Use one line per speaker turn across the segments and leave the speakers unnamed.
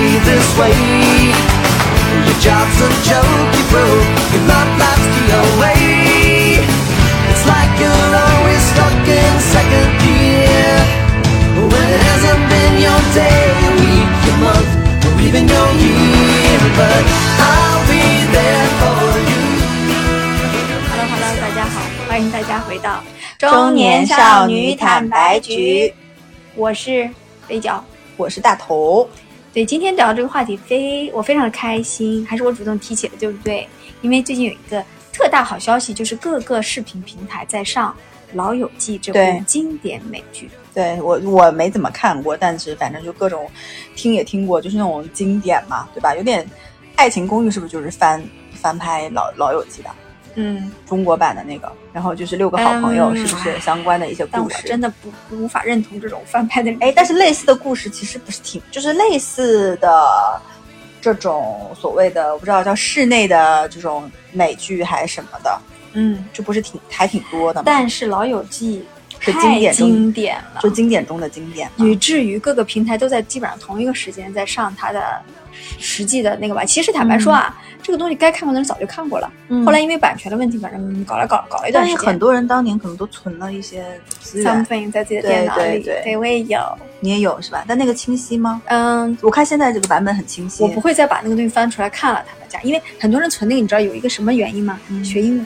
away. Your job's a joke, you broke. Your love life's the away. It's like you're always stuck in second gear. When it hasn't been your day, your week, your month, or even your year. But I'll be there for you.
Hello Hello，大家好，欢迎大家回到
中年少女坦白局，
我是北角。
我是大头，
对，今天聊这个话题非我非常的开心，还是我主动提起的，对不对？因为最近有一个特大好消息，就是各个视频平台在上《老友记》这
对
部经典美剧。
对我我没怎么看过，但是反正就各种听也听过，就是那种经典嘛，对吧？有点《爱情公寓》是不是就是翻翻拍老老友记的
嗯，
中国版的那个？然后就是六个好朋友，
嗯
是不是有相关的一些
但
故
我
事？
真的不不无法认同这种翻拍的。
哎，但是类似的故事其实不是挺，就是类似的这种所谓的我不知道叫室内的这种美剧还是什么的，
嗯，
这不是挺还挺多的吗？
但是《老友记》
是
太
嗯经典中
经典了，
就经典中的经典嘛。
以至于各个平台都在基本上同一个时间在上它的实际的那个吧。其实坦白说啊，这个东西该看过的人早就看过了。
嗯
后来因为版权的问题，反正搞来搞搞了一段
但
时
是
间。
很多人当年可能都存了一些资源，
something 在自己的电脑
对
里，
对对
我也有。
你也有是吧？但那个清晰吗？
嗯，
我看现在这个版本很清晰。
我不会再把那个东西翻出来看了，坦白讲，因为很多人存那个，你知道有一个什么原因吗？
嗯
学英语，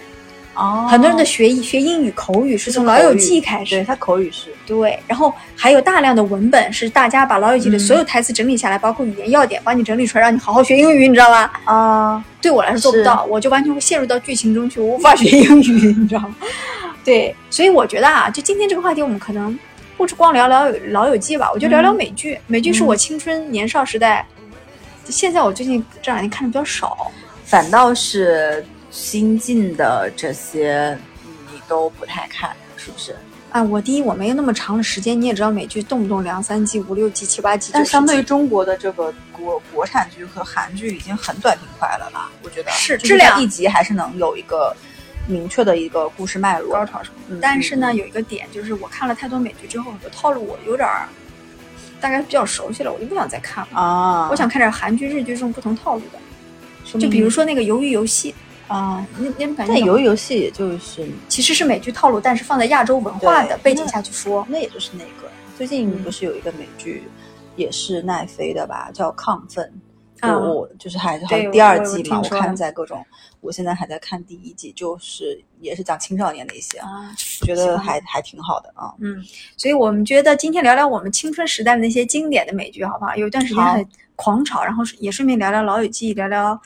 哦，
很多人的学英学英语口语是从《老友记》开
对
始，
他口语是，
对，然后还有大量的文本是大家把《老友记》的
嗯
所有台词整理下来，包括语言要点，帮你整理出来，让你好好学英语，你知道吧？
啊，
对我来说做不
是
到，我就完全会陷入到剧情中去，我无法学英语， 你知道吗？对，所以我觉得啊，就今天这个话题，我们可能不只光聊聊《老友记》吧，我就聊
嗯
聊美剧。美剧是我青春年少时代，现在我最近这两年看的比较少。
反倒是新进的这些你都不太看，是不是？
啊，我第一我没有那么长的时间，你也知道美剧动不动两三季、五六季、七八季，
但
就是
相对于
季
中国的这个国国产剧和韩剧已经很短平快了吧？我觉得
是
就是
质量
它一集还是能有一个明确的一个故事脉络
高。潮什么的
嗯
但是呢，
嗯
有一个点就是我看了太多美剧之后，很多套路我有点儿大概比较熟悉了，我就不想再看了。
啊，
我想看点韩剧、日剧这种不同套路的。就比如说那个《鱿鱼游戏》，
啊，
那那种感觉
但游游戏也就是
其实是美剧套路，但是放在亚洲文化的
对
背景下去说，
那也就是那个。最
嗯
近不是有一个美剧，也是奈飞的吧，叫《亢奋》。
啊
我我就是还好
对
像第二
我
季
我
嘛，
听
我
说了
看在各种，我现在还在看第一季，就是也是讲青少年的一些，
啊，
嗯
喜
觉得
欢
还还挺好的啊。
嗯，所以我们觉得今天聊聊我们青春时代的那些经典的美剧，好不好？有一段时间
好
很狂潮，然后也顺便聊聊《老友记》，聊聊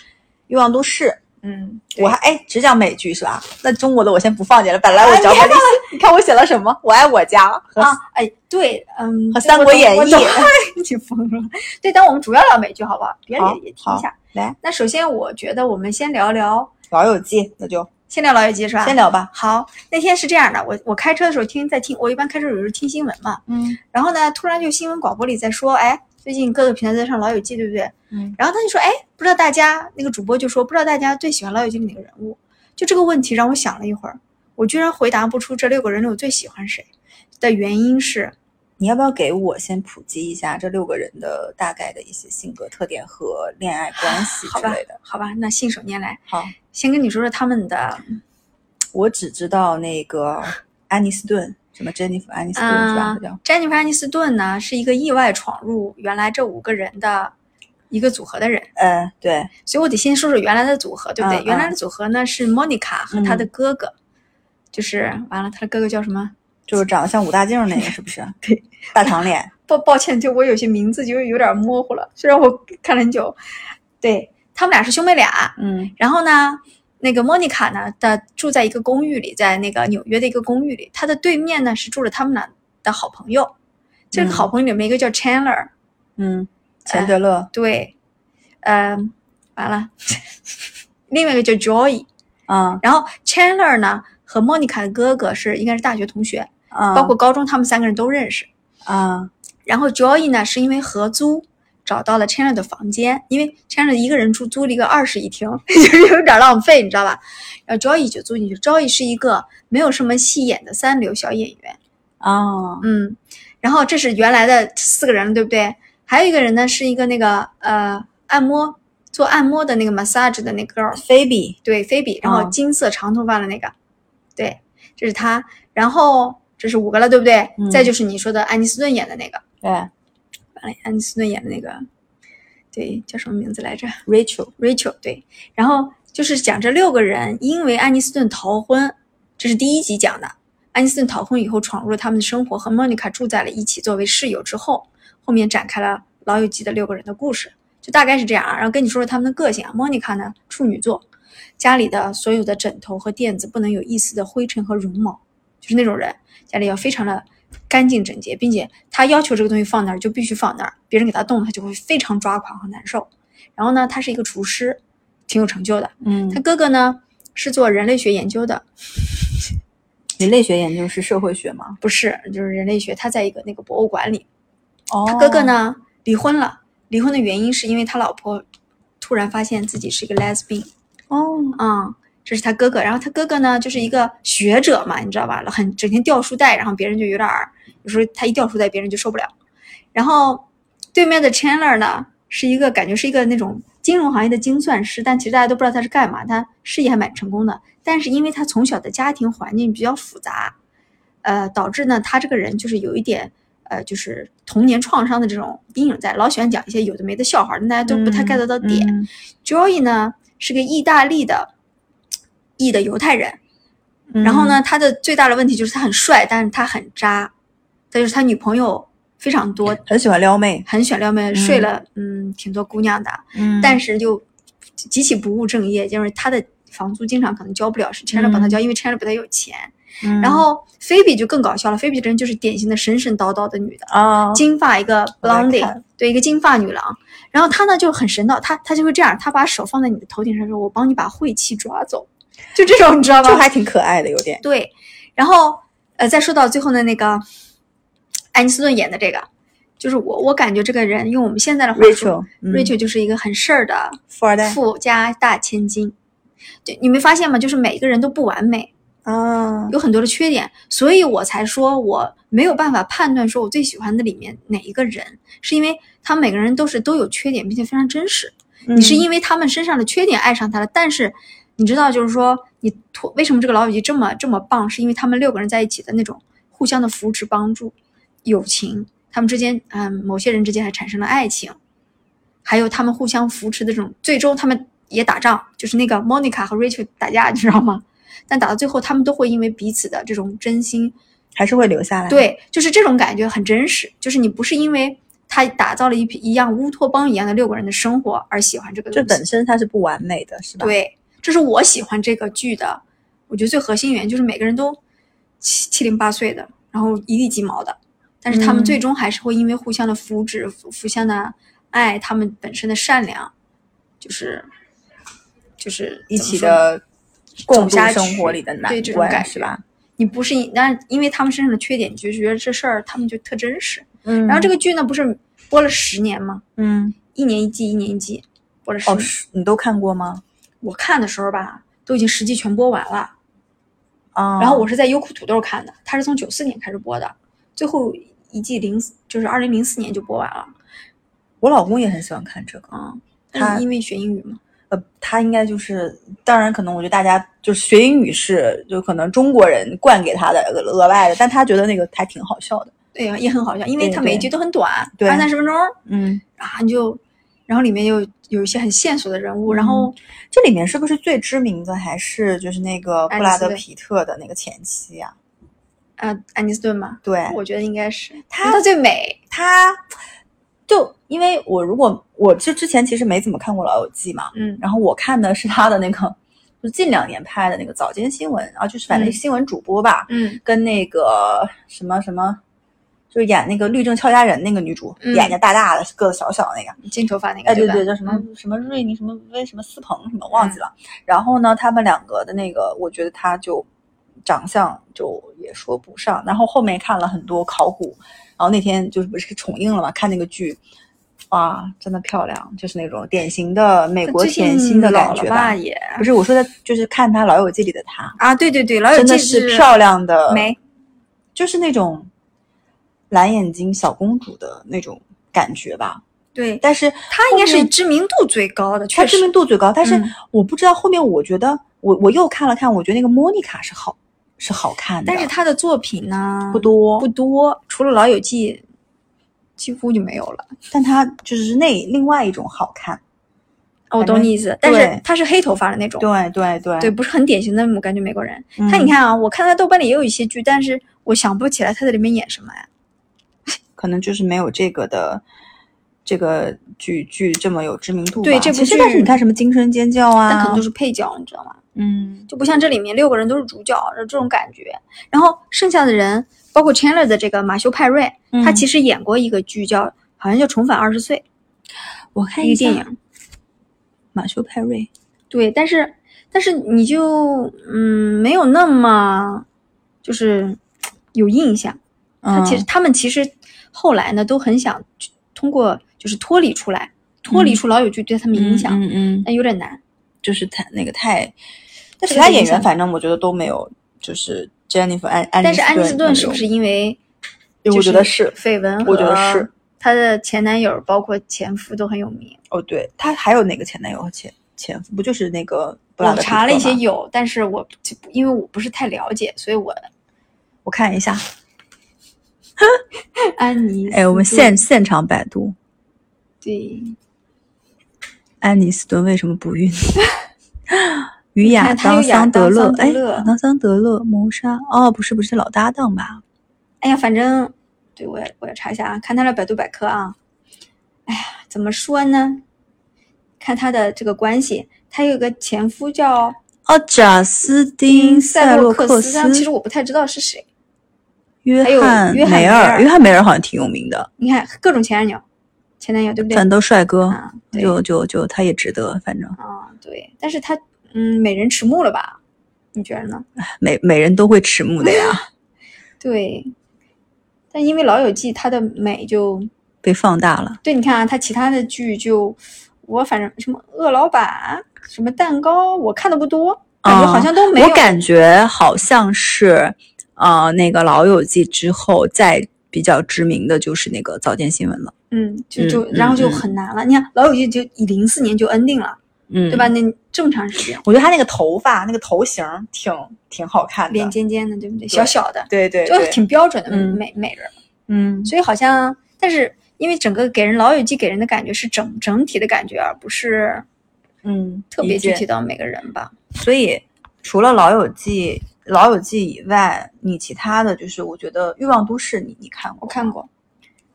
欲望都市，
嗯，
我还哎只讲美剧是吧？那中国的我先不放进来，本来我脚本里，你看我写了什么？我爱我家和
啊，哎，对，嗯，
和
对
《三
我
国
懂
演
我
义
懂 你疯了。对，但我们主要聊美剧，好不好？别的
好
也也听一下。
来，
那首先我觉得我们先聊聊，
老友记》，那就
先聊《老友记》是吧？
先。聊吧。
好，那天是这样的，我我开车的时候听在听，我一般开车有时候听新闻嘛，
嗯
然后呢，突然就新闻广播里在说，哎，最近各个平台在上《老友记》，对不对？
嗯，
然后他就说，哎，不知道大家那个主播就说，不知道大家最喜欢《老友记》里哪个人物？就这个问题让我想了一会儿，我居然回答不出这六个人里我最喜欢谁的原因是，
你要不要给我先普及一下这六个人的大概的一些性格特点和恋爱关系之
好吧
类的？
好吧，那信手拈来，
好，
先跟你说说他们的，
我只知道那 个安妮斯顿，什么珍妮弗·安妮斯顿是吧？
啊
她叫
詹妮弗·安妮斯顿呢是一个意外闯入原来这五个人的一个组合的人，
呃，对，
所以我得先说说原来的组合，对不对？
嗯嗯
原来的组合呢是 Monica 和她的哥哥，就是完了，她的哥哥叫什么？
就是长得像武大靖那个，是 不是？对，大长脸。
抱抱歉，就我有些名字就有点模糊了，虽然我看了很久。对他们俩是兄妹俩，
嗯
然后呢，那个 Monica 呢，的住在一个公寓里，在那个纽约的一个公寓里，她的对面呢是住着他们俩的好朋友，这个
嗯
好朋友里面一个叫 Chandler，、
嗯，钱德勒
对，嗯、完了， 另外一个叫 Joy。
啊
然后 Chandler 呢和 Monica 的哥哥是应该是大学同学，
啊，
包括高中他们三个人都认识。
啊
然后 Joy 呢是因为合租找到了 Chandler 的房间，因为 Chandler 一个人住租了一个二室一厅， 就是有点浪费，你知道吧？然后 Joy 就租进去，Joy 是一个没有什么戏演的三流小演员，
啊
嗯。然后这是原来的四个人，对不对？还有一个人呢是一个那个呃按摩做按摩的那个 massage 的那 girl，
菲比，
对，菲比，然后
嗯
金色长头发的那个，对，这是她，然后这是五个了，对不对？
嗯
再就是你说的安妮斯顿演的那个，
对
完了，安妮斯顿演的那个，对，叫什么名字来着
，Rachel，
？Rachel，对，然后就是讲这六个人因为安妮斯顿逃婚，这是第一集讲的。安妮斯顿逃婚以后闯入了他们的生活，和莫妮卡住在了一起，作为室友之后，后面展开了《老友记》的六个人的故事，就大概是这样啊。然后跟你说说他们的个性啊。莫妮卡呢，处女座，家里的所有的枕头和垫子不能有一丝的灰尘和绒毛，就是那种人，家里要非常的干净整洁，并且他要求这个东西放那儿就必须放那儿，别人给他动他就会非常抓狂和难受。然后呢，他是一个厨师，挺有成就的。
嗯
他哥哥呢是做人类学研究的，
人类学研究是社会学吗？
不是就是人类学，他在一个那个博物馆里。
哦
他哥哥？呢离婚了，离婚的原因是因为他老婆突然发现自己是一个 lesbian，
哦，
嗯，这是他哥哥。然后他哥哥呢就是一个学者嘛，你知道吧？很整天掉书袋，然后别人就有点儿，有时候他一掉书袋，别人就受不了。然后对面的 Chandler 呢是一个感觉是一个那种金融行业的精算师，但其实大家都不知道他是干嘛。他事业还蛮成功的，但是因为他从小的家庭环境比较复杂，呃，导致呢他这个人就是有一点。呃，就是童年创伤的这种阴影在，老喜欢讲一些有的没的笑话，但大家都不太 get 到点。
嗯
Joy 呢是个意大利的裔的犹太人，
嗯
然后呢，他的最大的问题就是他很帅，但是他很渣，他就是他女朋友非常多，
很喜欢撩妹，
很选撩妹，睡了嗯挺多姑娘的，
嗯
但是就极其不务正业，就是他的房租经常可能交不了，是 Chandler
嗯
帮他交，因为 Chandler 比他有钱。然后 Phoebe 就更搞笑了，Phoebe 这人就是典型的神神叨叨的女的，
啊，
金发一个
我在
blondie，
看
对，一个金发女郎。然后她呢就很神道，她她就会这样，她把手放在你的头顶上说：“我帮你把晦气抓走。”就这种，你知 道吧？
就还挺可爱的，有点
对。然后呃，再说到最后的那个安妮斯顿演的这个，就是我我感觉这个人用我们现在的话说
Rachel，嗯
Rachel 就是一个很事儿的
富二代
富家大千金。对，你没发现吗？就是每个人都不完美，
啊，
有很多的缺点，所以我才说我没有办法判断说我最喜欢的里面哪一个人，是因为他们每个人都是都有缺点，并且非常真实。你
嗯
是因为他们身上的缺点爱上他了，但是你知道，就是说你脱为什么这个老友记这么这么棒，是因为他们六个人在一起的那种互相的扶持、帮助、友情，他们之间，嗯，某些人之间还产生了爱情，还有他们互相扶持的这种，最终他们也打仗，就是那个 Monica 和 Rachel 打架，你知道吗？但打到最后，他们都会因为彼此的这种真心，
还是会留下来，，
对，就是这种感觉很真实，就是你不是因为他打造了一批一样乌托邦一样的六个人的生活而喜欢这个
这
东西
本，身它是不完美的，是吧？，
对，这是我喜欢这个剧的，我觉得最核心原因就是每个人都七七零八碎的，然后一地鸡毛的，但是他们
嗯
最终还是会因为互相的扶持、互互相的爱，他们本身的善良，就是就是
一
怎么
起
说
的共
走
度
下
生活
去
里的
对
难
这种感
关，是
觉
吧？
你不是因，但因为他们身上的缺点，你就觉得这事儿他们就特真实。
嗯
然后这个剧呢，不是播了十年吗？
嗯，
一年一季，一年一季，播了十
哦，
年。
是你都看过吗？
我看的时候吧，都已经十季全播完了。
啊，
然后我是在优酷土豆看的，它是从九四年开始播的，最后一季零就是二零零四年就播完了。
我老公也很喜欢看这个，
嗯，
它
但是因为学英语嘛，
呃，他应该就是，当然可能我觉得大家就是学英语是就可能中国人灌给他的额额外的，但他觉得那个还挺好笑的，
对啊呀、也很好笑，因为
对
它每一
对
集都很短，
对
二三十分钟，
嗯，
然后你就，然后里面又有一些很线索的人物，然后
这里面是不是最知名的还是就是那个布
安妮
拉
斯
德
顿
皮特的那个前妻啊？
呃，安妮斯顿嘛，
对，
我觉得应该是因
她
为她最美，
他就因为我如果我这之前其实没怎么看过《老友记》嘛，
嗯
然后我看的是他的那个，就是近两年拍的那个早间新闻啊，就是反正
嗯
新闻主播吧，
嗯
跟那个什么什么，就是演那个《律政俏佳人》那个女主，
嗯
眼睛大大的，个子小小的那个，
金头发那个，
哎，对
吧？
对，叫什么
嗯
什么瑞妮什么薇什么思鹏什么忘记了。然后呢，他们两个的那个，我觉得他就长相就也说不上。然后后面看了很多考古，然后那天就是不是重映了嘛，看那个剧。哇，真的漂亮，就是那种典型的美
她
国
最近
甜心的
老
感
了
觉
吧
吧？
也
不是，我说的就是看她《老友记》里的她，
啊，对对对，老友
真
记
的是漂亮的
没，
就是那种蓝眼睛小公主的那种感觉吧。
对，
但是
他应该
后
是
面
知名度最高的，
他
确
知
实
名。度最高，但是
嗯
我不知道后面，我觉得我我又看了看，我觉得那个莫妮卡是好是好看的，
但是他的作品呢，
不多，
不多，除了《老友记》，几乎就没有了。
但他就是那另外一种好看，
哦，我
反正
懂你意思，但是
对
他是黑头发的那种，
对对对
对，不是很典型的我感觉美国人。
嗯
他你看啊，我看他豆瓣里也有一些剧，但是我想不起来他在里面演什么呀。
可能就是没有这个的这个剧剧这么有知名度吧。
对这部
其实但是
剧
你看什么《惊声尖叫》啊，
但可能就是配角，你知道吗？
嗯，
就不像这里面六个人都是主角这种感觉。然后剩下的人，包括 Chandler 的这个马修派瑞，他
嗯
其实演过一个剧叫好像叫《重返二十岁
我》看
一
一
个
下
电影，
马修派瑞，
对，但是但是你就嗯没有那么就是有印象。
嗯
他其实、他们其实后来呢都很想去通过就是脱离出来，脱离
嗯
出老友剧对他们影响，
嗯嗯嗯，
但有点难。
就是太那个太，
这
但其
个
他
影
演
响
员反正我觉得都没有，就是 Jennifer 安安妮
但
斯顿那种，
是安妮斯顿是不是因为
我
就是
觉得是
绯闻？
我觉得是。
她的前男友包括前夫都很有名，
哦，对，他还有哪个前男友和前前夫，不就是那个布拉
我
德皮特
查了一些
吗，
有，但是我就不因为我不是太了解，所以我
我看一下。
安妮斯顿。
哎，我们现现场百度，
对，
安妮斯顿为什么不 孕？与亚
看他有
当·
亚
桑
当
勒
桑，德
哎，
勒
亚当·桑德勒谋杀，哦，不是不是老搭档吧？
哎呀，反正对我也我也查一下啊，看他的百度百科啊。哎呀，怎么说呢？看他的这个关系，他有个前夫叫
哦，贾斯汀·塞嗯洛
克
克
斯，但其实我不太知道是谁。
约
还有
翰
约
·
翰梅
梅
尔
尔，约翰·梅尔好像挺有名的，
你看各种前男友，前男友对不对？
反都帅哥，
啊，对
就就就他也值得，反正
啊，对，但是他嗯，美人迟暮了吧？你觉得呢？
每每人都会迟暮的 呀，
对，但因为《老友记》它的美就
被放大了。
对，你看啊，它其他的剧就我反正什么恶老板、什么蛋糕，我看的不多，感觉好
嗯
像都没有。
我感觉好像是，呃，那个《老友记》之后再比较知名的就是那个早间新闻了，
嗯，就
嗯
就
嗯
然后就
嗯
很难了。你看《老友记》就以零四年就 ending 了，
嗯
对吧？？那这么长时间，
我觉得他那个头发、那个头型挺挺好看
脸
的，
尖尖的，对不对？小小的，
对对
就
对，
挺标准的
嗯
美美人。
嗯
所以好像，但是因为整个给人《老友记》给人的感觉是整整体的感觉，而不是
嗯，
特别
理解
具体到每个人吧。
所以除了《老友记》《老友记》以外，你其他的就是我觉得《欲望都市》你，你看过？
我看。过，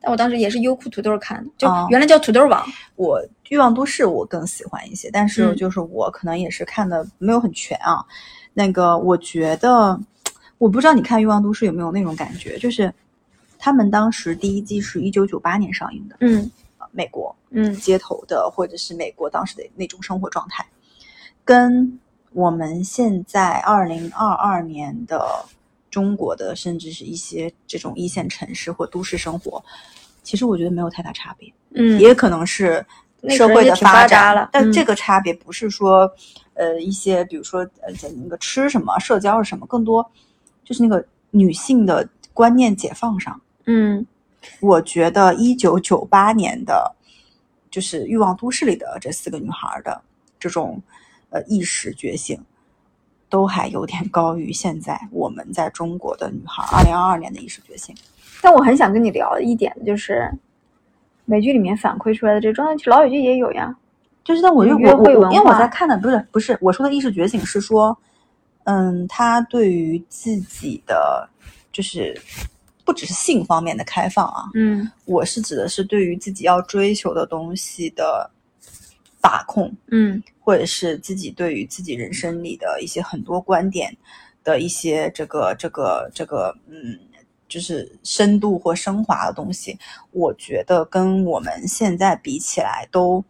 但我当时也是优酷土豆看的，就
哦
原来叫土豆网。
我《欲望都市》我更喜欢一些，但是
嗯
就是我可能也是看的没有很全啊。那个我觉得，我不知道你看《欲望都市》有没有那种感觉，就是他们当时第一季是一九九八年上映的，
嗯
呃美国
嗯
街头的或者是美国当时的那种生活状态，跟我们现在二零二二年的中国的甚至是一些这种一线城市或都市生活，其实我觉得没有太大差别。
嗯，
也可能是
那
社
可能
会
也
的
挺发
发
达
展
了
但
嗯
这个差别不是说，呃，一些比如说呃，在那个吃什么、社交是什么，更多就是那个女性的观念解放上。
嗯
我觉得一九九八年的，就是《欲望都市》里的这四个女孩的这种呃意识觉醒，都还有点高于现在我们在中国的女孩二零二二年的意识觉醒。
但我很想跟你聊的一点就是，美剧里面反馈出来的这状态，老友记也有呀。
就是，但我就
有
我
约会
我
文
我，因为我
化
在看的不是不是我说的意识觉醒是说，嗯，他对于自己的就是不只是性方面的开放啊，
嗯
我是指的是对于自己要追求的东西的把控，
嗯
或者是自己对于自己人生里的一些很多观点的一些这个这个这个嗯，就是深度或升华的东西，我觉得跟我们现在比起来都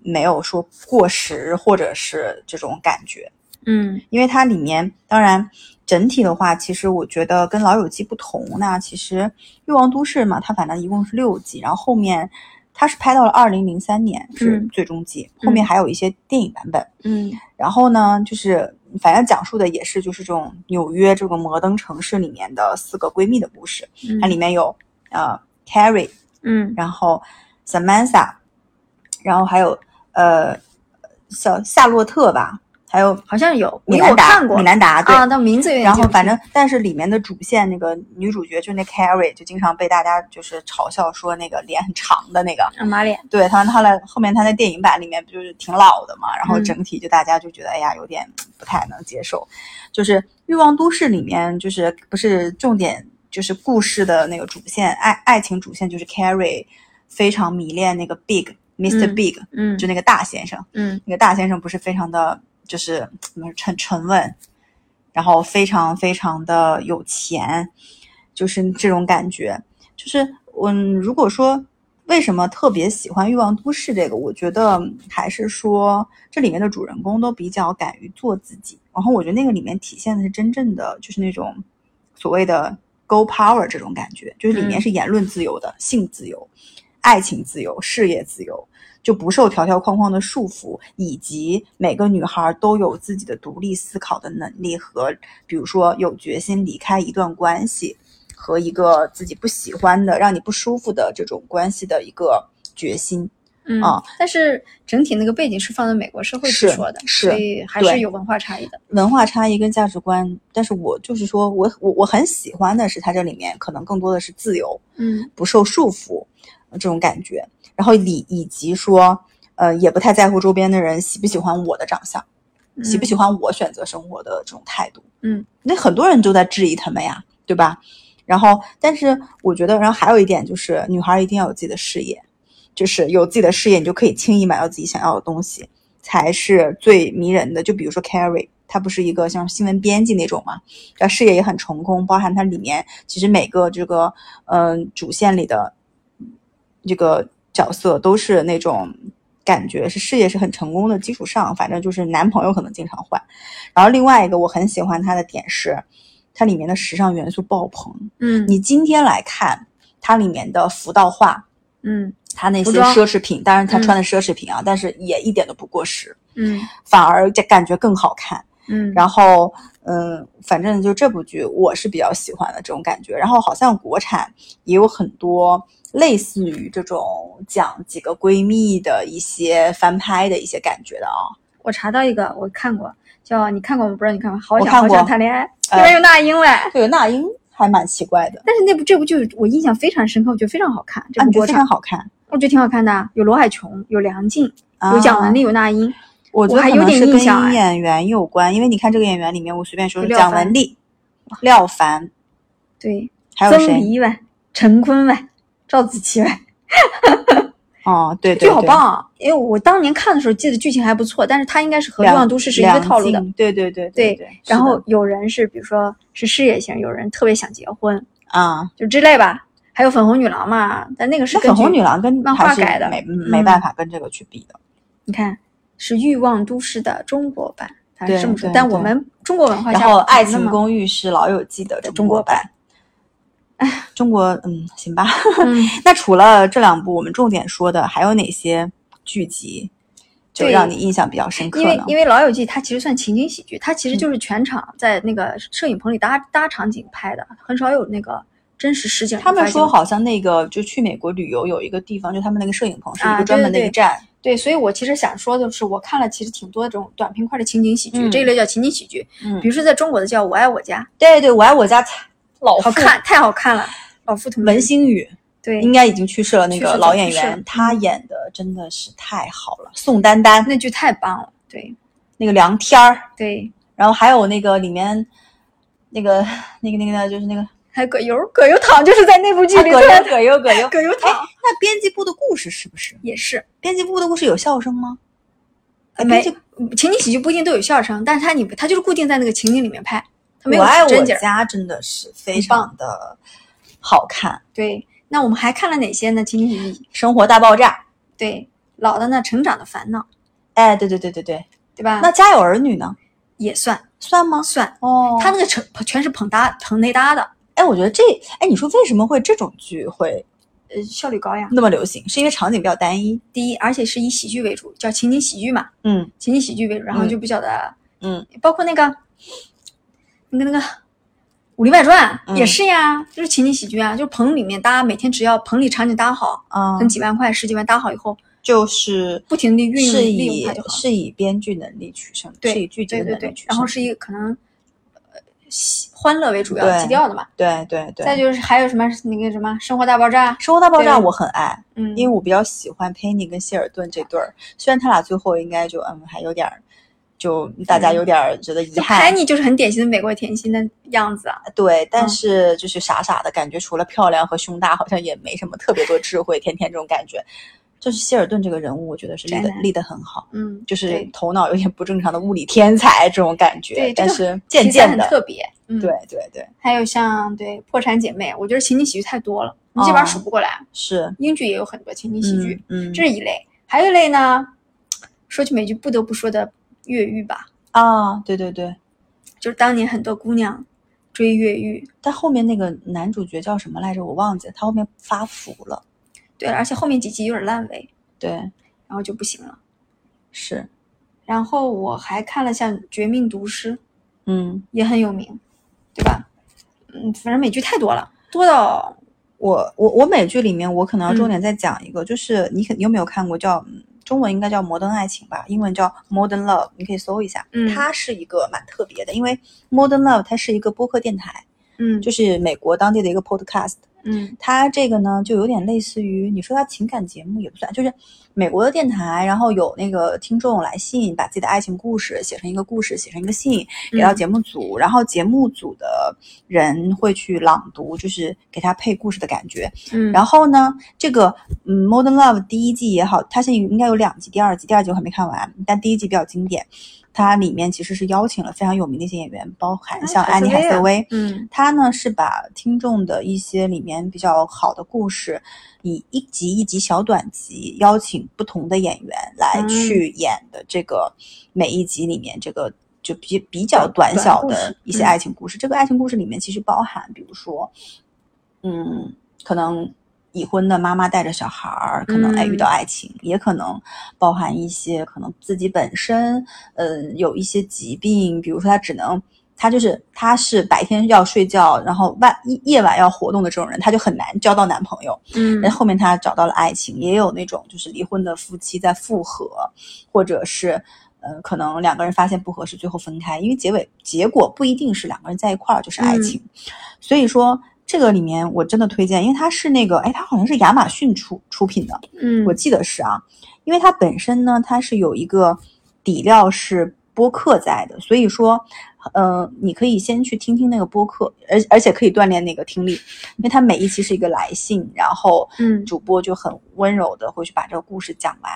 没有说过时或者是这种感觉，
嗯
因为它里面当然。整体的话，其实我觉得跟《老友记》不同呢。其实《欲望都市》嘛，它反正一共是六季，然后后面它是拍到了二零零三年是
嗯
最终季，后面
嗯
还有一些电影版本。
嗯
然后呢，就是反正讲述的也是就是这种纽约这个摩登城市里面的四个闺蜜的嗯哎故事，它里面有呃 Carrie，
嗯
然后 Samantha，然后还有呃小夏洛特吧，还有
好像有，
米
因为
兰
我
达，
看过
米兰达对。
啊，但名字有点
然后
记不
反
清
正，但是里面的主线那个女主角就那 Carrie 就经常被大家就是嘲笑说那个脸很长的那个，
啊马脸，
对他后来后面他在电影版里面不就是挺老的嘛，然后
嗯
整体就大家就觉得、哎呀有点不太能接受，就是《欲望都市》里面就是不是重点就是故事的那个主线爱爱情主线就是 Carrie 非常迷恋那个 Big Mr.
嗯
Big、
嗯
就那个大先生，
嗯
那个大先生不是非常的，就是怎么说沉沉稳，然后非常非常的有钱，就是这种感觉。就是我如果说为什么特别喜欢《欲望都市》这个，我觉得还是说这里面的主人公都比较敢于做自己，然后我觉得那个里面体现的是真正的就是那种所谓的 “go power” 这种感觉，就是里面
嗯
是言论自由的、性自由、爱情自由、事业自由，就不受条条框框的束缚，以及每个女孩都有自己的独立思考的能力和，比如说有决心离开一段关系和一个自己不喜欢的、让你不舒服的这种关系的一个决心。
嗯
啊
但是整体那个背景是放在美国社会去
是
说的，
是
所以还
对
是有文化差异的。
文化差异跟价值观，但是我就是说我我我很喜欢的是它这里面可能更多的是自由，
嗯
不受束缚呃这种感觉，然后以以及说。呃，也不太在乎周边的人喜不喜欢我的长相，
嗯
喜不喜欢我选择生活的这种态度。
嗯，
那很多人都在质疑他们呀，对吧？然后，但是我觉得，然后还有一点就是，女孩一定要有自己的事业，就是有自己的事业，你就可以轻易买到自己想要的东西，才是最迷人的。就比如说 Carrie，她不是一个像新闻编辑那种嘛，她事业也很成功，包含她里面其实每个这个嗯、呃主线里的这个角色都是那种感觉是事业是很成功的基础上，反正就是男朋友可能经常换。然后另外一个我很喜欢它的点是，它里面的时尚元素爆棚。
嗯
你今天来看它里面的服道化，
嗯
它那
服
些
装
奢侈品，当然它
嗯
穿的奢侈品啊，但是也一点都不过时，
嗯
反而这感觉更好看。
嗯，
然后，嗯，反正就这部剧我是比较喜欢的这种感觉。然后好像国产也有很多类似于这种讲几个闺蜜的一些翻拍的一些感觉的啊、
我查到一个，我看过，叫你看过吗？不知道你看过，好
我
想
看
好
过
想谈恋爱，
呃
里面有那英嘞。
对，那英还蛮奇怪的，
但是那部这部剧我印象非常深刻，我觉得非常好看，这
啊，
部
你觉
国
得非
产、
常好看，啊
我觉得挺好看的啊，有罗海琼，有梁静，有蒋雯丽，有那英，
我觉得
还
可
有
能
点
是
印
跟
象哎
演员有关，因为你看这个演员里面，我随便说
有
是
廖
蒋
凡
雯丽、廖凡，
对，
还有
曾
谁？
黎呗，陈坤呗，赵子琪呗，
哦，对对
剧
对，
好棒啊！因为我当年看的时候记得剧情还不错，但是它应该是和《
梁！
欲望都市》是一个套路的
梁。静对对对
对
对。
然
是
后
的
有人是比如说是事业型，有人特别想结婚，
啊，
就之类吧。还有粉红女郎嘛，但那个是
那粉红女
郎，
郎跟
漫
还
画
是
改的
没
嗯
没办法跟这个去比的。
你看是《欲望都市》的中国版，它是
对
这么说
对。
但我
对
们中国文化下
然后《
不可
爱
能的
情
嘛
公寓》是《老友记》的
中国
国版。哎， 中国，嗯，行吧。
嗯
那除了这两部我们重点说的，还有哪些剧集就
对
让你印象比较深刻嗯
因为
呢？
因为《老友记》它其实算情景喜剧，它其实就是全场在那个摄影棚里搭搭场景拍的，很少有那个真实实景的
他们
发
说
景
好像那个就去美国旅游有一个地方，就他们那个摄影棚是一
啊
个专
对
门
对
的一
对
个站，
对，所以我其实想说的是，我看了其实挺多这种短平快的情景喜剧，
嗯
这一类叫情景喜剧。
嗯
比如说在中国的叫《我爱我家
对对，我爱我家老》，
好
傅
看，太好看了，老傅同志
文心宇
对
应，该已经去世了，那
去世
个
了
老演
去世了嗯
员，他演的真的是太好了。宋丹丹，
那剧太棒了，对
那个梁天儿，
对，
然后还有那个里面那个 那个那个就是那个
还有葛优，葛优躺就是在那部剧
啊
里
葛
特
优
别
葛优葛优。哎
葛优躺
那编辑部的故事是不是？
也是
编辑部的故事有笑声吗？哎
没嗯
编辑
情景喜剧不一定都有笑声，但是它你它就是固定在那个情景里面拍，它没
我
有
爱我
真景儿。
家真的是非常的好看，
对，那我们还看了哪些呢？情景喜剧
《生活大爆炸》。
对老的呢，《成长的烦恼》
哎，对对对对对，
对吧？
那《家有儿女》呢？
也算
算吗？
算，
哦，
他那个成全是捧搭捧内搭的，
哎，我觉得这，哎，你说为什么会这种剧会
呃，效率高呀。
那么流行？是因为场景比较单一？
第一，而且是以喜剧为主，叫情景喜剧嘛，
嗯
情景喜剧为主，然后
嗯
就比较的，
嗯，
包括那个那个那个《武林外传》
嗯
也是呀，就是情景喜剧啊，就是棚里面搭，每天只要棚里场景搭好，
啊
可能几万块、十几万搭好以后，
就是
不停地运用
是
利用
以
它就好
是以编剧能力取胜，
对
是以剧集
对
的
对
能力
对
取，胜，
然后是以可能呃喜欢乐为主要
对
基调的嘛。
对对对。
再就是还有什么那个什么《生活大爆炸》，
生活大爆炸
对
我很爱，
嗯，
因为我比较喜欢 Penny 跟希尔顿这对儿，虽然他俩最后应该就嗯还有点儿，就大家有点儿觉得遗
嗯就
憾，
Penny 就是很典型的美国甜心的样子啊，
对，但
嗯
是就是傻傻的感觉，除了漂亮和胸大，好像也没什么特别多智慧，天天这种感觉。就是希尔顿这个人物，我觉得是立
宅
的
男
立得很好，
嗯，
就是
对
头脑有点不正常的物理天才这种感觉
对，这
但
个
是
题
渐
材
渐
很
的，
特别，嗯，
对。对对，
还有像对《破产姐妹》，我觉得情景喜剧太多了，你基本上数不过来。
是
英剧也有很多情景喜剧，，
哦嗯嗯
这是一类。还有一类呢，说起美剧不得不说的越狱吧，
啊，对对对。
就是当年很多姑娘追越狱，
但后面那个男主角叫什么来着？我忘记了，他后面发福了，
对，而且后面几集有点烂尾，
对，
然后就不行了。
是，
然后我还看了像《绝命毒师》，
嗯，
也很有名，对吧？嗯，反正美剧太多了，多到
我我我美剧里面，我可能要
嗯
重点再讲一个，就是你肯你有没有看过叫嗯中文应该叫《摩登爱情》吧，英文叫《Modern Love》，你可以搜一下。
嗯
它是一个蛮特别的，因为《Modern Love》它是一个播客电台，
嗯
就是美国当地的一个 podcast。
嗯
它这个呢，就有点类似于你说它情感节目也不算，就是美国的电台，然后有那个听众来信，把自己的爱情故事写成一个故事，写成一个信，给到
嗯
节目组，然后节目组的人会去朗读，就是给他配故事的感觉。
嗯，
然
后
后呢，这个嗯，《Modern Love》第一季也好，它现在应该有两季，第二季第二季我还没看完，但第一季比较经典。它里面其实是邀请了非常有名的一些演员，包含像
海
安
瑟
妮
薇啊
海瑟薇，
嗯
他呢是把听众的一些里面比较好的故事，以一集一集小短集，邀请不同的演员来
嗯
去演的这个每一集里面这个就比比较短小
短
的
故事
一些
嗯
爱情故事。这个爱情故事里面其实包含，比如说，嗯，可能。已婚的妈妈带着小孩儿，可能哎
嗯
遇到爱情，也可能包含一些可能自己本身呃有一些疾病，比如说他只能他就是他是白天要睡觉，然后晚夜夜晚要活动的这种人，他就很难交到男朋友。
嗯
但后面他找到了爱情，也有那种就是离婚的夫妻在复合，或者是呃可能两个人发现不合适，最后分开，因为结尾结果不一定是两个人在一块儿就是爱情。
嗯
所以说这个里面我真的推荐，因为它是那个哎，它好像是亚马逊出出品的，
嗯
我记得是啊，因为它本身呢，它是有一个底料是播客在的，所以说，呃，你可以先去听听那个播客，而而且可以锻炼那个听力，因为它每一期是一个来信，然后
嗯
主播就很温柔的会去把这个故事讲完。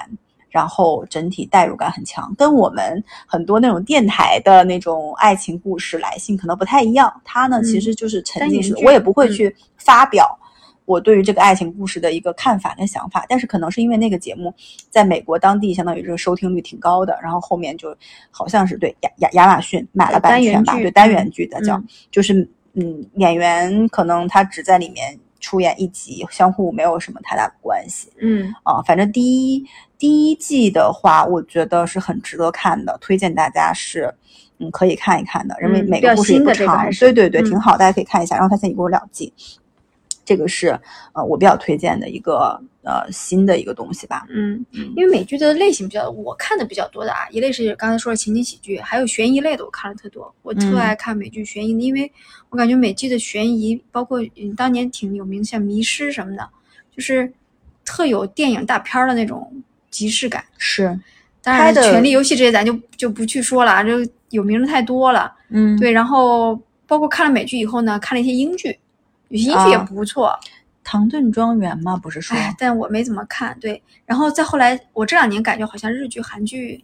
然后整体代入感很强，跟我们很多那种电台的那种爱情故事来信可能不太一样。它呢，
嗯
其实就是沉
单
浸
元
式的，
剧
我也不会
嗯
去发表我对于这个爱情故事的一个看法跟想法，但是可能是因为那个节目在美国当地相当于这个收听率挺高的，然后后面就好像是对亚亚亚马逊买了
对
版
单元
权吧，
剧
对单
嗯
元剧的叫，
嗯
就是嗯演员可能他只在里面出演一集，相互没有什么太大的关系。
嗯
啊，反正第一第一季的话，我觉得是很值得看的，推荐大家是，嗯，可以看一看的，因为
嗯
每
比
个
较
故事也
新
不
的这个
长，
还是
对对对，
嗯
挺好，大家可以看一下。然后它现在一共有两季，这个是呃我比较推荐的一个呃新的一个东西吧。
嗯，因为美剧的类型比较，我看的比较多的啊，一类是刚才说的情景喜剧，还有悬疑类的，我看了特多。我特
嗯
爱看美剧悬疑的，因为我感觉美剧的悬疑，包括嗯当年挺有名像《迷失》什么的，就是特有电影大片儿的那种即视感。
是，
当
拍
然，
的
《权力游戏》这些咱就就不去说了啊，这有名的太多了。
嗯，
对，然后包括看了美剧以后呢，看了一些英剧，有些英剧也
啊
不错。
唐顿庄园嘛，不是啊说
哎，但我没怎么看。对，然后再后来，我这两年感觉好像日剧、韩剧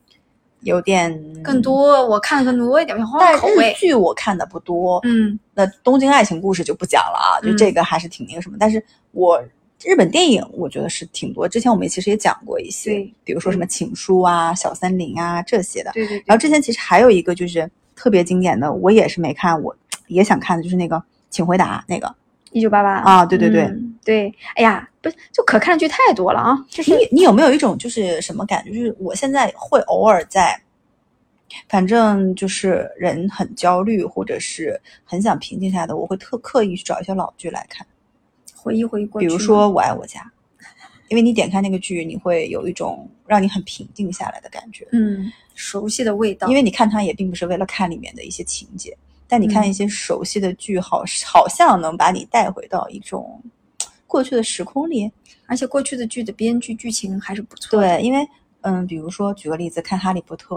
有点
更。多，我看的更多一点，换
嗯但
换口
日
味。
剧我看的不多，
嗯
那《东京爱情故事》就不讲了啊，就
嗯
这个还是挺那个什么。但是我日本电影我觉得是挺多，之前我们其实也讲过一些
对，
比如说什么《情书》啊、《小森林啊》这些的。
对对对
然后之前其实还有一个就是特别经典的，我也是没看，我也想看的就是那个《请回答》那个。
一九八八
啊对对对
对，哎呀，不是就可看的剧太多了啊，就是
你你有没有一种就是什么感觉？就是我现在会偶尔在，反正就是人很焦虑或者是很想平静下来的，我会特刻意去找一些老剧来看，
回忆回忆过
比
去。
如说《我爱我家》。因为你点开那个剧，你会有一种让你很平静下来的感觉，
嗯，熟悉的味道，
因为你看它也并不是为了看里面的一些情节，但你
嗯
看一些熟悉的剧好，好像能把你带回到一种过去的时空里。
而且过去的剧的编剧剧情还是不错的。
对，因为嗯，比如说举个例子，看《哈利波特》，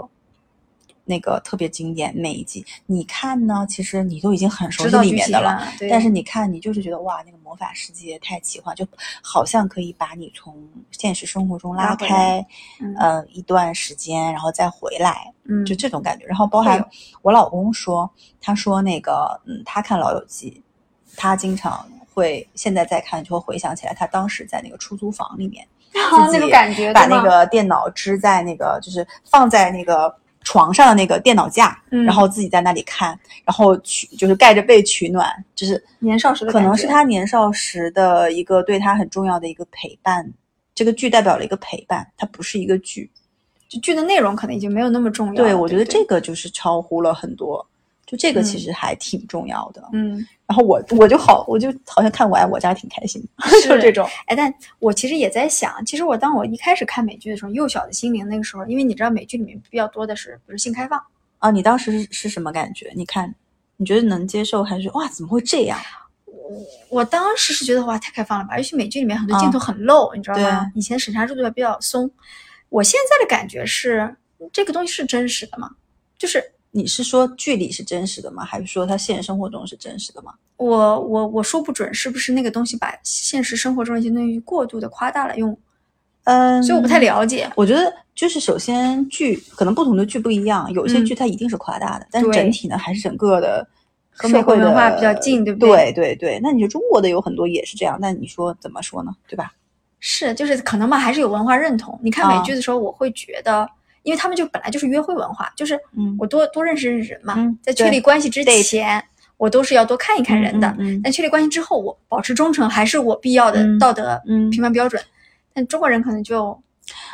那个特别经典，每一季你看呢，其实你都已经很熟
知
悉
道
里
剧
面
情
的了，
了，对
但是你看，你就是觉得哇，那个魔法世界太奇幻，就好像可以把你从现实生活中拉
拉回
开，
嗯
呃，一段时间，然后再回来，
嗯，
就这种感觉。然后包
会
含
有
我老公说，他说那个，嗯，他看《老友记》，他经常会现在再看就会回想起来，他当时在那个出租房里面，
啊那
自己
种感觉，
把
对
那
吗
个电脑支在那个就是放在那个床上的那个电脑架，
嗯
然后自己在那里看，然后取就是盖着被取暖，就是
年少时的
可
感
能
觉
是他年少时的一个对他很重要的一个陪伴。这个剧代表了一个陪伴，它不是一个剧。
就剧的内容可能已经没有那么重要了。
对，
对，
我觉得
不
这
对
个就是超乎了很多，就这个其
嗯
实还挺重要的。
嗯，
然后我我就好，我就好像看我爱我家挺开心的， 就是这种。
哎，但我其实也在想，其实我当我一开始看美剧的时候，《幼小的心灵》那个时候，因为你知道美剧里面比较多的是，比如性开放，
啊，你当时是是什么感觉？你看，你觉得能接受还是哇？怎么会这样？
我当时是觉得哇，太开放了吧！尤其美剧里面很多镜
啊
头很露，你知道
对
吗？以前审查制度还比较松。我现在的感觉是，这个东西是真实的吗？就是
你是说剧里是真实的吗？还是说他现实生活中是真实的吗？
我我我说不准是不是那个东西把现实生活中一些东西过度的夸大了用，
嗯
所以我不太。了解。
我觉得就是首先剧可能不同的剧不一样，有些
嗯
剧它一定是夸大的，但是
对
整体呢还是整个的
和美
社
国
会的
文化比较近对
对
不对
对？对那你说中国的有很多也是这样，那你说怎么说呢？对吧？
是，就是可能嘛，还是有文化认同。你看美
啊
剧的时候，我会觉得，因为他们就本来就是约会文化，就是
嗯
我多多认识认识人嘛。
嗯
在确
对
立关系之
date
前，我都是要多看一看人的。
嗯嗯
但确立关系之后，我保持忠诚还是我必要的
嗯
道德
嗯
评判标准。但中国人可能就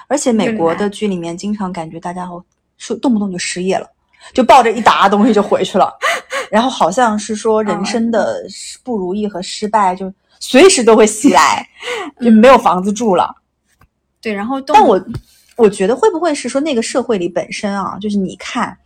而且美国的剧里面经常感觉大家好说动不动就失业了，就抱着一沓东西就回去了， 然后好像是说
嗯
人生的失不如意和失败就随时都会袭 来，就没有
嗯
房子住了。
对，然后动
但我我觉得会不会是说那个社会里本身啊，就是你看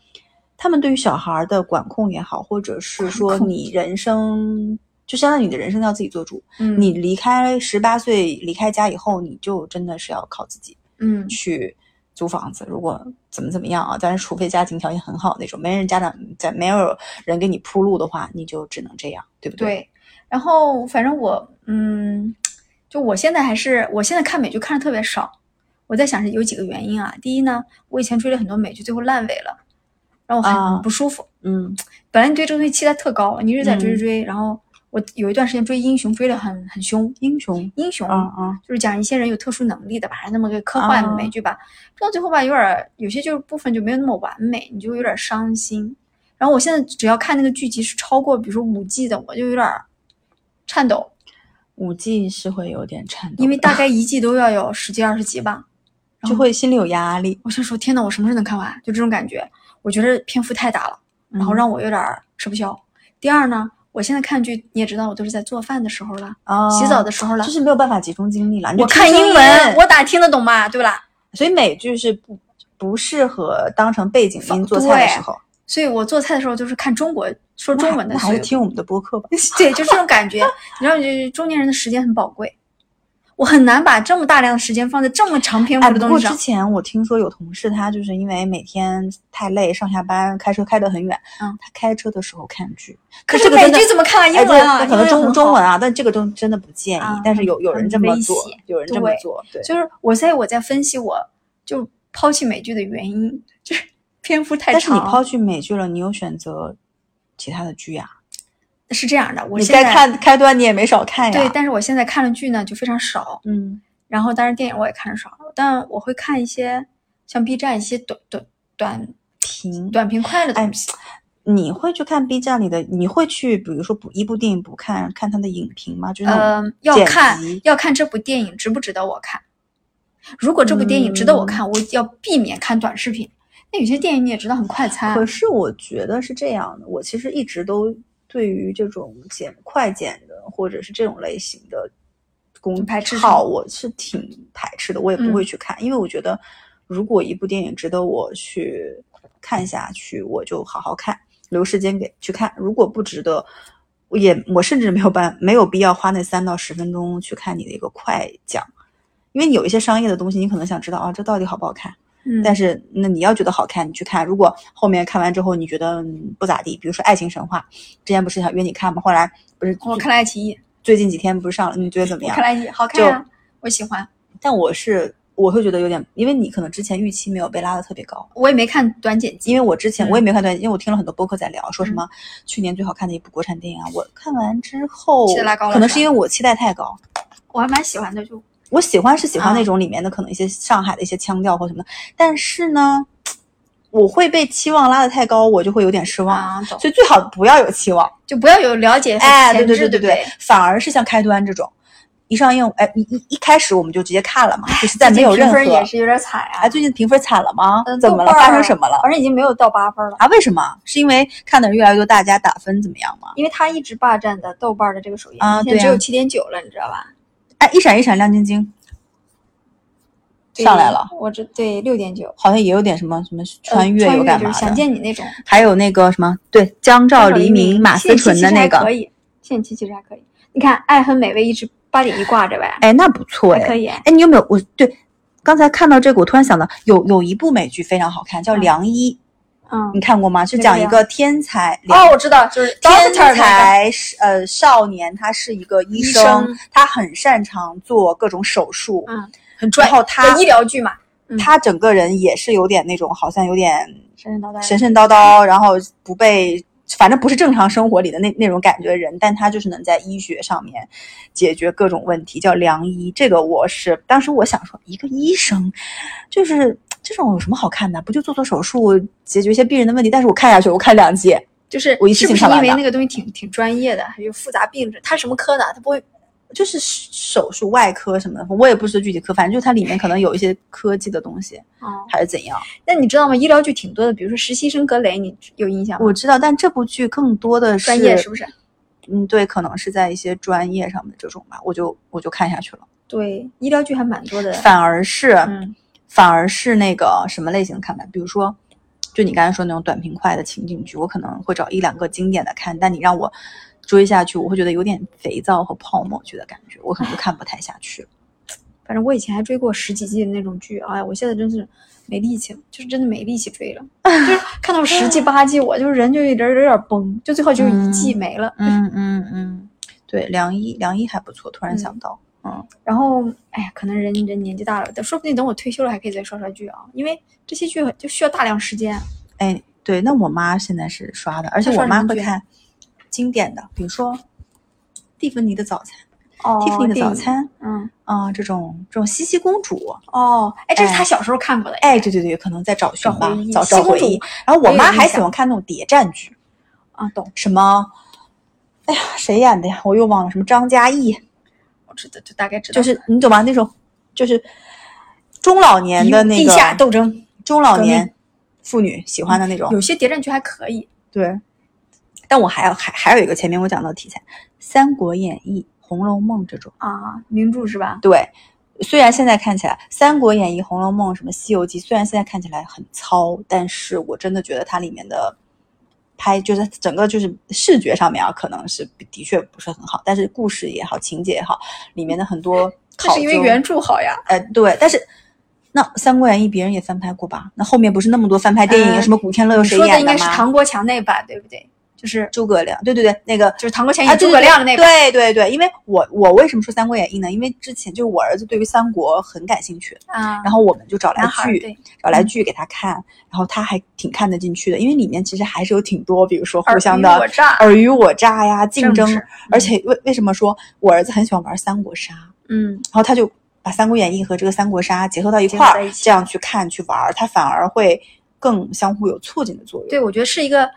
他们对于小孩儿的管控也好，或者是说
管控
你人生。就相当于你的人生要自己做主。
嗯
你离开十八岁离开家以后，你就真的是要靠自己。
嗯
去租房子，如果怎么怎么样啊，但是除非家庭条件很好那种，没人家长在没有人给你铺路的话，你就只能这样，对不对？
对，然后反正我嗯，就我现在还是我现在看美剧看的特别少，我在想是有几个原因啊。第一呢，我以前追了很多美剧，最后烂尾了，让我
啊
很不舒服。
嗯
本来你对这个东西期待特高，你一直在追
嗯
追，然后我有一段时间追英雄追的很很凶，
英雄，
英雄
啊啊，
就是讲一些人有特殊能力的吧，还是那么个科幻
啊
美剧吧。到最后吧，有点儿有些就是部分就没有那么完美，你就有点儿伤心。然后我现在只要看那个剧集是超过，比如说五季的，我就有点儿颤抖，
五 G 是会有点颤抖的，
因为大概一季都要有十几二十集吧。然
就
后
会心里有压力，
我想说，天呐，我什么时候能看完？就这种感觉，我觉得篇幅太大了，然后
嗯
让我有点儿吃不消。第二呢，我现在看剧你也知道，我都是在做饭的时候了，
啊
洗澡的时候了
就。是没有办法集中精力了。你就
哦我看
听声
英文，
音
我哪听得懂嘛？对不啦？
所以美剧是不不适合当成背景音做菜的时候，
所以我做菜的时候就是看中国说中文的
那
所
还
有
是听我们的播 客吧。
对，就这种感觉。你知道，就是中年人的时间很宝贵，我很难把这么大量的时间放在这么长篇
哎，
幅的
不
东
过
西
之
上。
前我听说有同事，他就是因为每天太累，上下班开车开得很远，
嗯，
他开车的时候看剧。
可
这
是
个真
美
的
剧怎么看啊？英
哎，对，
文啊，
那可能
英文
中
很
中
好
文。啊，但这个都真的不建议
啊。
但是有有人
很
这么
危
做
险，
有人这么
对
做，对，
就是我，所以我在分析我就抛弃美剧的原因，就是篇幅太
但是你
长。
抛去美剧了，你有选择其他的剧呀？啊
是这样的，我
你
现
该
在
看开端你也没少看呀。
对，但是我现在看的剧呢就非常少，
嗯，
然后当然电影我也看的少，但我会看一些像 B 站一些短短短
停。
短平快的
哎
东西。
你会去看 B 站里的？你会去，比如说补一部电影补看看它的影评吗？就是那
嗯
种，
要
剪
看
辑
要看这部电影值不值得我看。如果这部电影值得
嗯
我看，我要避免看短视频。那有些电影你也知道很快餐
可，是我觉得是这样的，我其实一直都对于这种剪快剪的或者是这种类型的宫
排斥是吗嗯
号，我是挺排斥的，我也不会去看，因为我觉得如果一部电影值得我去看下去，我就好好看，留时间给去看；如果不值得，我也我甚至没有办没有必要花那三到十分钟去看你的一个快讲，因为你有一些商业的东西，你可能想知道啊，这到底好不好看。
嗯
但是那你要觉得好看，你去看。如果后面看完之后你觉得嗯不咋地，比如说《爱情神话》，之前不是想约你看吗？后来不是
我看了爱奇艺，
最近几天不是上了，你觉得怎么
我
样
看？了爱奇艺，好看啊，我喜欢。
但我是我会觉得有点，因为你可能之前预期没有被拉的特别高。
我也没看短剪辑，
因为我之前
嗯
我也没看短，因为我听了很多播客在聊，说什么去年最好看的一部国产电影啊，我看完之后
期待拉高了
可能
是
是
吧
因为我期待太高，
我还蛮喜欢的，就
我喜欢是喜欢
啊
那种里面的可能一些上海的一些腔调或什么的，但是呢，我会被期望拉得太高，我就会有点失望。
啊，懂
所以最好不要有期望，
就不要有了解和
哎，对
前
对
置，
对对
不
对，反而是像开端这种，一上映，哎，一一一开始我们就直接看了嘛，就是在没有任何，
哎最近评分也是有点惨啊
哎，，最近评分惨了吗
嗯？
怎么了？
豆瓣儿
发生什么了？
好像已经没有到八分了，
啊，为什么？是因为看的人越来越多，大家打分怎么样吗？
因为它一直霸占的豆瓣的这个首页，
啊
现在
对啊
只有七点九了，你知道吧？
哎，一闪一闪亮晶晶，
对
上来了，
我这对六点九，
好像也有点什么什么穿越
呃
又干
就
嘛
是想
的，
见你那种。
还有那个什么，对，江照黎明、马思纯的那
限期其实还可
个，
以，限期其实还可以。你看《爱很美味》一直八点一挂着呗，
哎，那不错
还可
哎。
以。
哎，你有没有？我对刚才看到这个，我突然想到有有一部美剧非常好看，叫《
嗯
良医》，
嗯，
你看过吗？是
哪个
讲一
呀
个天才，
哦，我知道，就是
天
Doctor 那个
才是呃少年，他是一个医
医
生，
生
他很擅长做各种手术，
嗯，很
然后他
的医疗剧嘛，嗯
他整个人也是有点那种好像有点
神神叨叨
神神叨
嗯
叨，然后不被。反正不是正常生活里的那那种感觉的人，但他就是能在医学上面解决各种问题，叫良医。这个我是当时我想说，一个医生就是这种有什么好看的？不就做做手术，解决一些病人的问题？但是我看下去，我看两集，
就是
我一
是
次
不
性
是
看
因为
完的
那个东西挺挺专业的，还有复杂病症？他什么科的？他不会
就是手术外科什么的，我也不知道具体科，反正就是它里面可能有一些科技的东西，
哦。
还是怎样。
那你知道吗？医疗剧挺多的，比如说《实习生格雷》，你有印象吗？
我知道，但这部剧更多的是
专业是不是？
嗯，对，可能是在一些专业上面这种吧，我就我就看下去了。
对，医疗剧还蛮多的。
反而是、
嗯，
反而是那个什么类型的看法，比如说。就你刚才说那种短平快的情景剧，我可能会找一两个经典的看，但你让我追下去，我会觉得有点肥皂和泡沫剧的感觉，我可能就看不太下去了。
反正我以前还追过十几季的那种剧，哎呀，我现在真是没力气了，就是真的没力气追 了。就是看到十季八季，我就是人就有点有点崩，就最后就一季没了。
嗯嗯嗯，对，良医良医还不错，突然想
嗯
到，
然后，哎呀，可能人人年纪大了，等说不定等我退休了还可以再刷刷剧啊，因为这些剧就需要大量时间。
哎，对，那我妈现在是刷的，而且
她
我
刷什
妈
么
会
剧啊
看经典的，比如说《蒂芙尼的早餐》
哦
蒂芙尼的
电
早
影
餐》
嗯，
啊、这种这种茜茜公主，
哦，哎，这是
哎
他小时候看过的，
哎，对对对，可能在找寻
找
吧
回忆，
找
茜
找
公
回
主
忆。然后我
我有
妈
印
还喜
象
欢看那种谍战剧，
啊，懂，
什么，哎呀，谁演的呀？我又忘了，什么张嘉译，
我知道，就大概知道，
就是你懂吗？那种就是中老年的那
地
个
下斗争，
中老
革命嗯
年妇女喜欢的那种，
有些谍战剧还可以，
对，但我还要还还有一个前面我讲到的题材，《三国演义》《红楼梦》这种。
啊，名著是吧？
对，虽然现在看起来《三国演义》《红楼梦》什么《西游记》，虽然现在看起来很糙，但是我真的觉得它里面的拍就是整个就是视觉上面啊，可能是的确不是很好，但是故事也好，情节也好，里面的很多
这
考
是因为
究
原著好呀，
呃，对，但是那《三国演义》别人也翻拍过吧？那后面不是那么多翻拍电影，
呃
什么古天乐又
你
谁
说的
演
应该是
吗？
唐国强那版，对不对？就是
诸葛亮，对对对，那个
就是唐国强
啊，
演
诸
诸
葛
葛亮
亮
的
那
那
个
版，
对对对，因为我我为什么说《三国演义》呢？因为之前就是我儿子对于三国很感兴趣，
啊，
然后我们就找来
男孩儿
剧，
对，嗯
找来剧给他看，然后他还挺看得进去的，因为里面其实还是有挺多，比如说互相
尔虞我
的
诈，
尔虞我诈呀、竞
政
争
治，
而且为为什么说我儿子很喜欢玩三国杀，
嗯，
然后他就把《三国演义》和这个三国杀结合到一
结
块
合在
儿
一，起
这样去看去玩儿，他反而会更相互有促进的作用。
对，我觉得是一个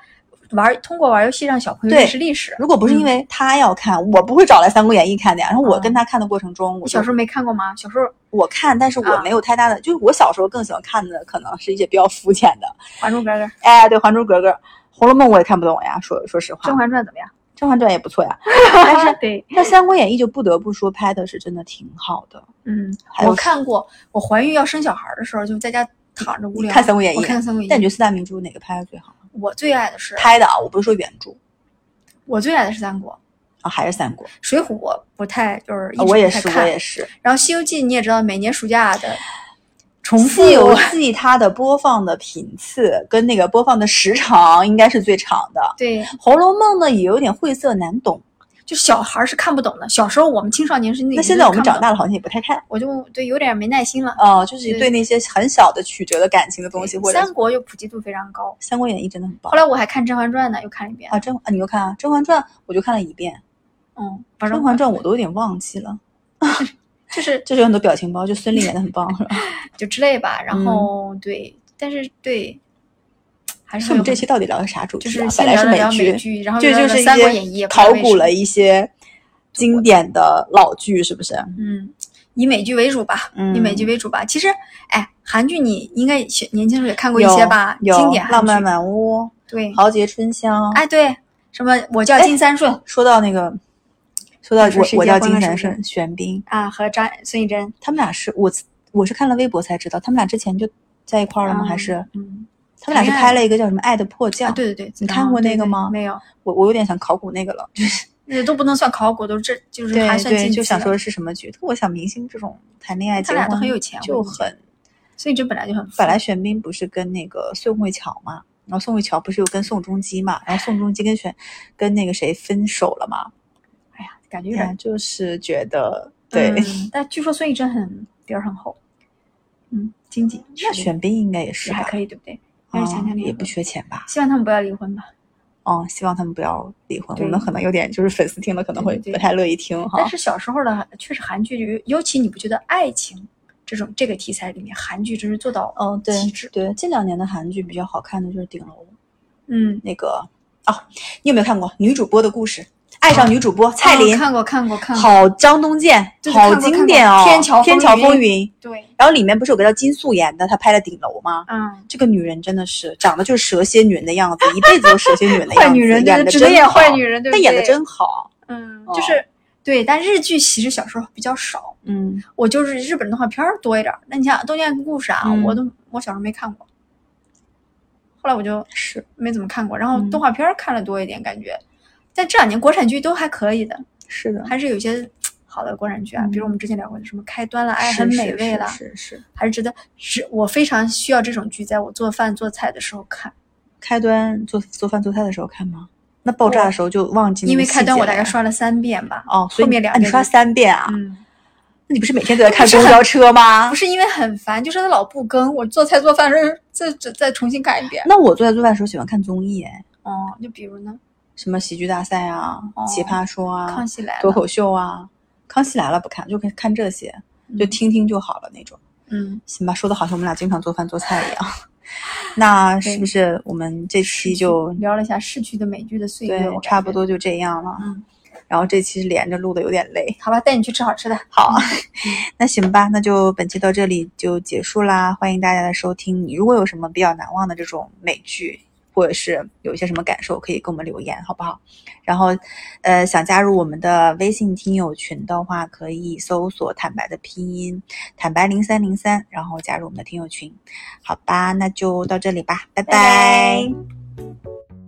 玩儿通过玩儿游戏让小朋友
对
认识历史。
如果不是因为他要看，我不会找来《三国演义》看的呀。然后我
嗯
跟他看的过程中，我
你小
就
时候没看过吗？小时候《
我看，但是我
啊
没有太大的，就是我小时候更喜欢看的可能是一些比较肤浅的。
还珠格格》《
哎，对，《还珠格格》《红楼梦》我也看不懂呀，说说实
甄
话，
嬛传》怎么样？
甄嬛传》也不 错呀。但是
对，
但《三国演义》就不得不说拍的是真的挺好的。
嗯
还，有
我看过，我怀孕要生小孩的时候，就在家躺着无聊
看《三国演义》，
我看《三国演义
但》，你觉得四大名著哪个拍的最好？
我最爱的是
拍的啊，我不是说原著
我最爱的是三国，
啊，还是三国。
水浒我不太就是一
啊
直
我也
不太
是，
看
我也是。
然后《西游记》你也知道，每年暑假的重
《
复
西游记》它的播放的频次跟那个播放的时长应该是最长的，
对，
《红楼梦》呢也有点晦涩难懂。
就小孩儿是看不懂的。小时候我们青少年是那
那现在我们长大
了，
了好像也不太看，
我就对有点没耐心了。
呃，就是
对
对那些很小的曲折的感情的东西，或者《
三国就普及度非常高。
三国演义》真的很棒
后。来我还看《甄嬛传》呢，又看了一遍。
啊，甄啊，你又看啊，《甄嬛传》我就看了一遍，
嗯，
《
反
甄
正
嬛传》我都有点忘记了，
就是
就是有很多表情包，就孙俪演的 很棒，是
哎
吧？
就之类吧。
嗯
然后、对，但是对，还
是
是
我
会有
们这期到底聊的啥主
就是？
题啊本
先
来
聊
是
了聊
剧，
剧，然后
这
聊
就
了
是一
三国
些
演义》，也不知道
考
为
古
什
了
么
一些经典的老剧，是不嗯是？
嗯，以美剧为主吧，以美剧为主吧。其实，哎，韩剧你应该小年轻时候也看过一些吧，
有
经典
《
韩剧。
浪漫满屋》《
对，
豪杰春香》。哎
哎对，什么我叫金三顺
说到那个，说到
就是
我
谁
我
结
叫
婚
金
了
三
是不是
顺，玄彬，
啊，和张孙艺珍
他们俩是我我是看了微博才知道，他们俩之前就在一块儿了吗？
嗯
还是
嗯
他们俩是
谈恋爱
拍了一个叫什么《爱的迫降》
啊，？对对对，
你看过
嗯对
那个
对
吗
没有，
我我有点想考古那个了，
那都不能算考古，都这就是
对
还算
对，
近
就
期
想
的
说是什么剧？我想明星这种谈恋爱
他
结
俩
婚
都很有钱我
就
跟你讲
很。
孙艺珍本来就很
本来玄彬不是跟那个宋慧乔嘛，然后宋慧乔不是又跟宋仲基嘛，然后宋仲基跟玄跟那个谁分手了嘛？
感觉有
哎
点
呀，就是觉得对，
嗯但据说孙艺珍很底儿很厚，嗯，经济
那
实力
玄彬应该也是
也还
吧
可以，对不对？还是
嗯
强强联
也不
合
缺钱吧？
希望他们不要离婚吧。
嗯，希望他们不要离婚。我
对
们可能有点就是粉丝听了可能
对
会
对
不太乐意听哈。
但是小时候的确实韩剧，尤其你不觉得爱情这种这个题材里面，韩剧真是做到
嗯，对
极致
对，近两年的韩剧比较好看的就是《顶楼》
嗯，
那个啊，你有没有看过《女主播的故事》？爱上女主播、蔡
哦
琳，
看过看过看过，
好张东健，
对对
好
看过
经
看
典
过
哦，《
天桥
天
风
桥
云
风云》。
对，
然后里面不是有个叫金素妍的，她拍了《顶楼》吗？
嗯，
这个女人真的是长得就是蛇蝎女人的样子，一辈子都蛇蝎女 人的样子，
坏女人对
演的
只
真
能演
好
坏女人对不
但演的
对
真好，
嗯，
哦
就是对，但日剧其实小时候比较少，
嗯，
我就是日本动画片儿多一点儿。那你像《东京爱情故事》啊，
嗯
我都我小时候没看过，后来我就是没怎么看过，然后
嗯
动画片儿看了多一点，感觉。但这两年国产剧都还可以的，
是的，
还是有些好的国产剧啊，比如我们之前聊过的什么《开端》了，《爱
嗯是
很
是
美味》
是
了，
是是。
还是值得。是我非常需要这种剧，在我做饭做菜的时候看，
开端做做饭做菜的时候看吗？那爆炸的时候就忘记那个
因为《开端》
细节
我大概
了
刷了三遍吧。
哦，所以
后面
你
两
啊，你
遍
刷
就
三遍啊？
嗯，
那你不是每天都在看公交车吗
啊不？是因为很烦，就是它老不更，我做菜做饭的时候再再再重新看一遍。
那我做在做饭的时候喜欢看综艺，哎，
哦，就比如呢，
什么喜剧大赛啊、
哦
奇葩说
《
啊
康、熙来了
脱》口秀啊、康熙来了不看，就看看这些，
嗯，
就听听就好了那种。
嗯，
行吧，说的好像我们俩经常做饭做菜一 样。那是不
对
是我们这期就
聊了一下逝去的美剧的岁
对
月，我，
差
感
不
觉。
多就这样了？
嗯，
然后这期是连着录的，有点累。
好吧，带你去吃好吃的。
好，那行吧，那就本期到这里就结束啦。欢迎大家的收听。你如果有什么比较难忘的这种美剧，或者是有一些什么感受，可以给我们留言，好不好？然后，呃，想加入我们的微信听友群的话，可以搜索“坦白”的拼音“坦白零三零三”，然后加入我们的听友群。好吧，那就到这里吧，拜
拜拜
拜